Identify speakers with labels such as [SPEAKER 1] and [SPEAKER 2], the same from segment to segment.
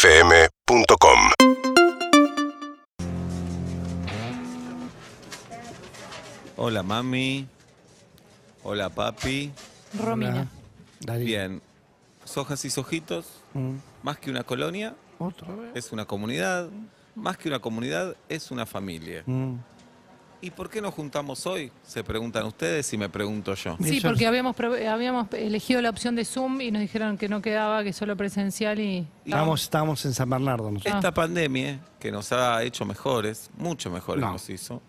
[SPEAKER 1] UrbanaPlayFM.com
[SPEAKER 2] Hola mami. Hola papi.
[SPEAKER 3] Romina.
[SPEAKER 4] Daddy.
[SPEAKER 2] Bien. Sojas y sojitos,
[SPEAKER 4] Mm.
[SPEAKER 2] más que una colonia,
[SPEAKER 4] Otra vez.
[SPEAKER 2] es una comunidad. Más que una comunidad, es una familia.
[SPEAKER 4] Mm.
[SPEAKER 2] ¿Y por qué nos juntamos hoy? Se preguntan ustedes y me pregunto yo.
[SPEAKER 3] Sí,
[SPEAKER 4] Ellos-
[SPEAKER 3] porque habíamos, prove- habíamos elegido la opción de Zoom y nos dijeron que no quedaba, que solo presencial y...
[SPEAKER 4] Estábamos, estábamos en San Bernardo nosotros.
[SPEAKER 2] Esta pandemia, que nos ha hecho mejores, mucho mejores
[SPEAKER 4] No.
[SPEAKER 2] nos hizo,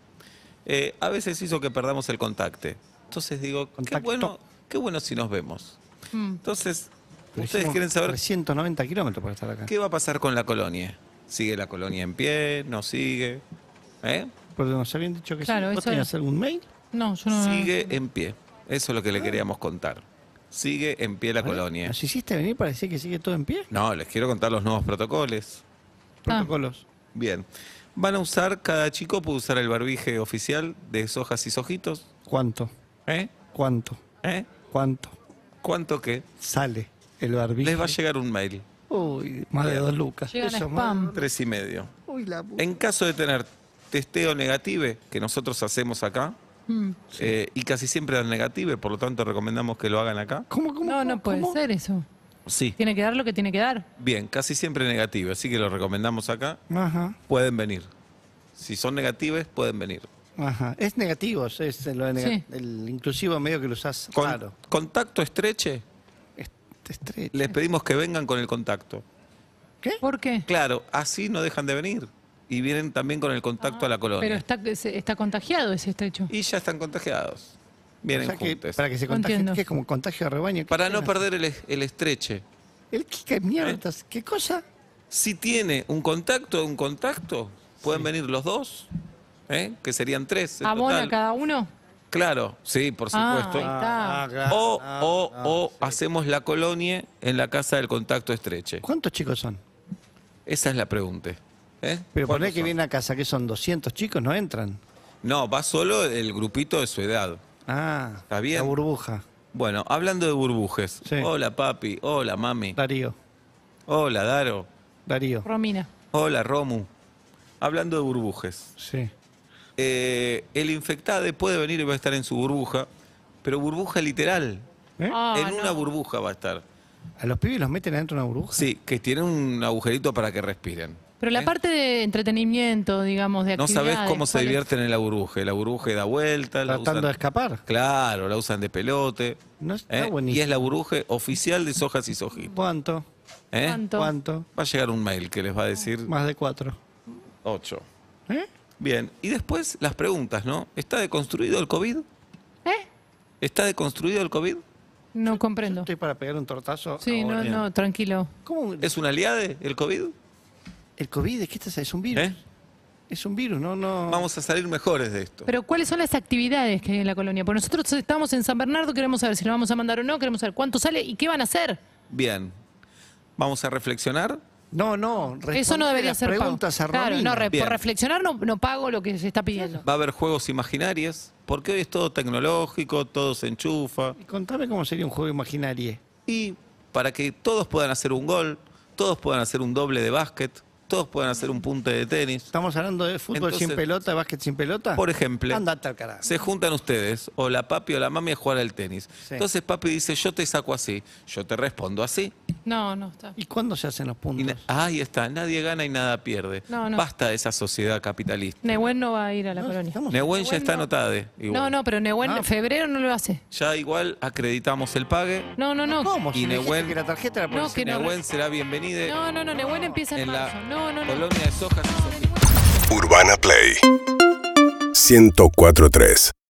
[SPEAKER 2] eh, a veces hizo que perdamos el contacto. Entonces digo, qué
[SPEAKER 4] Contacto.
[SPEAKER 2] bueno, qué bueno si nos vemos.
[SPEAKER 3] mm,
[SPEAKER 2] Entonces,
[SPEAKER 4] Pero
[SPEAKER 2] ustedes
[SPEAKER 4] hicimos
[SPEAKER 2] quieren saber
[SPEAKER 4] 390 kilómetros para estar acá.
[SPEAKER 2] qué va a pasar con la colonia. ¿Sigue la colonia en pie? ¿No sigue? ¿Eh?
[SPEAKER 4] Pero nos habían dicho que sí.
[SPEAKER 3] Claro,
[SPEAKER 4] ¿Vos
[SPEAKER 3] eso
[SPEAKER 4] tenías algún mail?
[SPEAKER 3] No, yo no...
[SPEAKER 2] Sigue en pie. Eso es lo que le queríamos contar. Sigue en pie la colonia.
[SPEAKER 4] ¿Nos hiciste venir para decir que sigue todo en pie?
[SPEAKER 2] No, les quiero contar los nuevos protocolos.
[SPEAKER 3] Ah.
[SPEAKER 4] Protocolos.
[SPEAKER 2] Bien. Van a usar, cada chico puede usar el barbije oficial de sojas y sojitos.
[SPEAKER 4] ¿Cuánto?
[SPEAKER 2] ¿Eh?
[SPEAKER 4] ¿Cuánto?
[SPEAKER 2] ¿Eh?
[SPEAKER 4] ¿Cuánto?
[SPEAKER 2] ¿Cuánto qué?
[SPEAKER 4] Sale el barbilla.
[SPEAKER 2] Les va a llegar un mail.
[SPEAKER 4] Uy, más de dos lucas.
[SPEAKER 3] Llegan
[SPEAKER 4] Eso,
[SPEAKER 3] spam.
[SPEAKER 4] más-
[SPEAKER 2] Tres y medio.
[SPEAKER 4] Uy, la puta.
[SPEAKER 2] En caso de tener testeo negativo, que nosotros hacemos acá,
[SPEAKER 3] Mm.
[SPEAKER 2] eh, y casi siempre dan negativo, por lo tanto recomendamos que lo hagan acá.
[SPEAKER 4] ¿Cómo, cómo?
[SPEAKER 3] No,
[SPEAKER 4] cómo,
[SPEAKER 3] no puede
[SPEAKER 4] cómo?
[SPEAKER 3] ser eso.
[SPEAKER 2] Sí.
[SPEAKER 3] Tiene que dar lo que tiene que dar.
[SPEAKER 2] Bien, casi siempre negativo, así que lo recomendamos acá.
[SPEAKER 4] Ajá,
[SPEAKER 2] Pueden venir. Si son negativos, pueden venir.
[SPEAKER 4] ajá. Es negativo, es lo de nega-
[SPEAKER 3] Sí.
[SPEAKER 4] el inclusivo medio que lo usás
[SPEAKER 2] Con-
[SPEAKER 4] raro.
[SPEAKER 2] Contacto estreche,
[SPEAKER 4] Es- estrecho.
[SPEAKER 2] les pedimos que vengan con el contacto.
[SPEAKER 4] ¿Qué?
[SPEAKER 3] ¿Por qué?
[SPEAKER 2] Claro, así no dejan de venir. Y vienen también con el contacto a la
[SPEAKER 3] Ah, Pero
[SPEAKER 2] colonia.
[SPEAKER 3] está, se- está contagiado ese estrecho.
[SPEAKER 2] Y ya están contagiados.
[SPEAKER 4] O
[SPEAKER 2] Vienen
[SPEAKER 4] sea que
[SPEAKER 2] juntos.
[SPEAKER 4] para que se
[SPEAKER 3] No
[SPEAKER 4] contagie,
[SPEAKER 3] entiendo.
[SPEAKER 4] que es como contagio de rebaño. ¿Qué
[SPEAKER 2] Para no
[SPEAKER 4] pena?
[SPEAKER 2] perder ¿Eh? el, el estreche.
[SPEAKER 4] El qué, qué mierdas, qué cosa.
[SPEAKER 2] Si tiene un contacto, un contacto, pueden venir los dos, ¿eh? que serían tres. en
[SPEAKER 3] ¿Abona
[SPEAKER 2] total.
[SPEAKER 3] cada uno?
[SPEAKER 2] Claro, sí, por
[SPEAKER 3] Ah,
[SPEAKER 2] supuesto.
[SPEAKER 3] ahí está.
[SPEAKER 4] claro,
[SPEAKER 2] o
[SPEAKER 4] ah,
[SPEAKER 2] o,
[SPEAKER 4] ah,
[SPEAKER 2] o
[SPEAKER 4] sí.
[SPEAKER 2] hacemos la colonia en la casa del contacto estreche.
[SPEAKER 4] ¿Cuántos chicos son?
[SPEAKER 2] Esa es la pregunta. ¿eh? ¿Cuántos
[SPEAKER 4] Pero poné que
[SPEAKER 2] son?
[SPEAKER 4] vienen a casa, que son 200 chicos, no entran.
[SPEAKER 2] No, va solo el grupito de su edad.
[SPEAKER 4] Ah,
[SPEAKER 2] Está bien.
[SPEAKER 4] La burbuja,
[SPEAKER 2] Bueno, hablando de burbujes.
[SPEAKER 4] Sí.
[SPEAKER 2] Hola papi, hola mami,
[SPEAKER 4] Darío,
[SPEAKER 2] hola Daro,
[SPEAKER 4] Darío.
[SPEAKER 3] Romina.
[SPEAKER 2] hola Romu. Hablando de burbujes.
[SPEAKER 4] Sí.
[SPEAKER 2] Eh, el infectado puede venir y va a estar en su burbuja, pero burbuja literal.
[SPEAKER 4] ¿Eh?
[SPEAKER 3] Ah,
[SPEAKER 2] en
[SPEAKER 3] no.
[SPEAKER 2] una burbuja va a estar.
[SPEAKER 4] ¿A los pibes los meten adentro de una burbuja?
[SPEAKER 2] Sí, que tiene un agujerito para que respiren.
[SPEAKER 3] Pero la
[SPEAKER 2] ¿Eh?
[SPEAKER 3] parte de entretenimiento, digamos, de
[SPEAKER 2] No
[SPEAKER 3] actividades...
[SPEAKER 2] sabes cómo se
[SPEAKER 3] ¿cuál es?
[SPEAKER 2] divierten en la burbuja. La burbuja da vuelta, la
[SPEAKER 4] Tratando
[SPEAKER 2] usan,
[SPEAKER 4] de escapar.
[SPEAKER 2] Claro, la usan de pelote.
[SPEAKER 4] No está
[SPEAKER 2] ¿eh?
[SPEAKER 4] buenísimo.
[SPEAKER 2] Y es la burbuja oficial de sojas y sojitos.
[SPEAKER 4] ¿Cuánto?
[SPEAKER 2] ¿eh?
[SPEAKER 3] ¿Cuánto?
[SPEAKER 4] ¿Cuánto?
[SPEAKER 2] Va a llegar un mail que les va a decir
[SPEAKER 4] Más de cuatro.
[SPEAKER 2] 8.
[SPEAKER 4] ¿Eh?
[SPEAKER 2] Bien, y después las preguntas, ¿no? ¿Está deconstruido el COVID?
[SPEAKER 3] ¿Eh?
[SPEAKER 2] ¿Está deconstruido el COVID?
[SPEAKER 3] No comprendo.
[SPEAKER 4] Estoy para pegar un tortazo.
[SPEAKER 3] Sí,
[SPEAKER 4] ahora.
[SPEAKER 3] no,
[SPEAKER 2] bien.
[SPEAKER 3] no, tranquilo.
[SPEAKER 4] ¿Cómo?
[SPEAKER 2] ¿Es un aliade el COVID?
[SPEAKER 4] ¿El COVID? ¿Qué estás? Es un virus.
[SPEAKER 2] ¿Eh?
[SPEAKER 4] Es un virus, no, no.
[SPEAKER 2] Vamos a salir mejores de esto.
[SPEAKER 3] Pero ¿cuáles son las actividades que hay en la colonia? Porque nosotros estamos en San Bernardo, queremos saber si lo vamos a mandar o no, queremos saber cuánto sale y qué van a hacer.
[SPEAKER 2] Bien. Vamos a reflexionar.
[SPEAKER 4] No, no.
[SPEAKER 3] Eso no
[SPEAKER 4] respondele
[SPEAKER 3] debería
[SPEAKER 4] las
[SPEAKER 3] ser pago.
[SPEAKER 4] preguntas a
[SPEAKER 3] Claro,
[SPEAKER 4] Romina.
[SPEAKER 3] no, re-
[SPEAKER 2] Bien.
[SPEAKER 3] por reflexionar no, no pago lo que se está pidiendo.
[SPEAKER 2] Va a haber juegos imaginarios, porque hoy es todo tecnológico, todo se enchufa.
[SPEAKER 4] Y Contame cómo sería un juego imaginario.
[SPEAKER 2] Y para que todos puedan hacer un gol, todos puedan hacer un doble de básquet, todos puedan hacer un punte de tenis.
[SPEAKER 4] ¿Estamos hablando de fútbol
[SPEAKER 2] Entonces-
[SPEAKER 4] sin pelota, básquet sin pelota?
[SPEAKER 2] Por ejemplo,
[SPEAKER 4] Andate al carajo.
[SPEAKER 2] se juntan ustedes, o la papi o la mami, a jugar al tenis.
[SPEAKER 4] Sí.
[SPEAKER 2] Entonces papi dice, yo te saco así, yo te respondo así.
[SPEAKER 3] No, no, está.
[SPEAKER 4] ¿Y cuándo se hacen los
[SPEAKER 2] Y na-
[SPEAKER 4] puntos?
[SPEAKER 2] ahí está, nadie gana y nada pierde.
[SPEAKER 3] No, no.
[SPEAKER 2] Basta de esa sociedad capitalista.
[SPEAKER 3] Nehuen no va a ir a la
[SPEAKER 4] No,
[SPEAKER 3] colonia.
[SPEAKER 4] estamos-
[SPEAKER 2] Nehuen ya
[SPEAKER 3] Nehuen
[SPEAKER 2] está
[SPEAKER 3] no.
[SPEAKER 2] anotada. eh, igual.
[SPEAKER 3] No, no, pero Nehuen
[SPEAKER 4] Ah.
[SPEAKER 3] en febrero no lo hace.
[SPEAKER 2] Ya igual acreditamos el pague.
[SPEAKER 3] No, no, no.
[SPEAKER 4] ¿Cómo? Si
[SPEAKER 2] Y
[SPEAKER 4] me dijiste
[SPEAKER 2] Nehuen-
[SPEAKER 4] que la tarjeta la
[SPEAKER 3] No,
[SPEAKER 4] pones
[SPEAKER 3] que
[SPEAKER 4] en-
[SPEAKER 3] no.
[SPEAKER 2] Nehuen será bienvenida
[SPEAKER 3] No, no, no, Nehuen empieza en,
[SPEAKER 2] en
[SPEAKER 3] marzo.
[SPEAKER 2] la
[SPEAKER 3] No, no, no.
[SPEAKER 2] colonia de sojas y sojitos.
[SPEAKER 1] Urbana Play 104.3